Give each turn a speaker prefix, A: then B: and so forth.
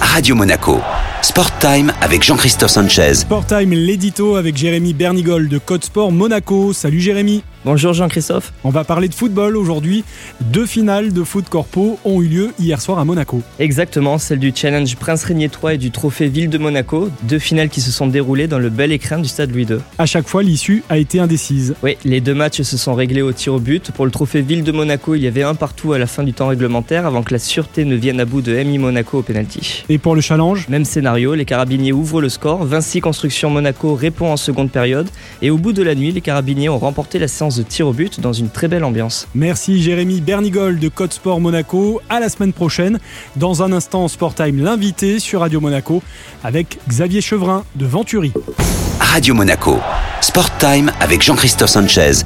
A: Radio Monaco. Sport Time avec Jean-Christophe Sanchez.
B: Sport Time, l'édito avec Jérémy Bernigol de Code Sport Monaco. Salut Jérémy.
C: Bonjour Jean-Christophe.
B: On va parler de football aujourd'hui. Deux finales de foot corpo ont eu lieu hier soir à Monaco.
C: Exactement, celle du Challenge Prince Régnier 3 et du Trophée Ville de Monaco, deux finales qui se sont déroulées dans le bel écrin du stade Louis II.
B: À chaque fois, l'issue a été indécise.
C: Oui, les deux matchs se sont réglés au tir au but. Pour le Trophée Ville de Monaco, il y avait un partout à la fin du temps réglementaire avant que la sûreté ne vienne à bout de MI Monaco au penalty.
B: Et pour le challenge
C: Même scénario, les carabiniers ouvrent le score, Vinci Construction Monaco répond en seconde période et au bout de la nuit, les carabiniers ont remporté la séance de tir au but dans une très belle ambiance.
B: Merci Jérémy Bernigol de Code Sport Monaco. À la semaine prochaine. Dans un instant, Sport Time, l'invité sur Radio Monaco avec Xavier Chevrin de Venturi.
A: Radio Monaco. Sport Time avec Jean-Christophe Sanchez.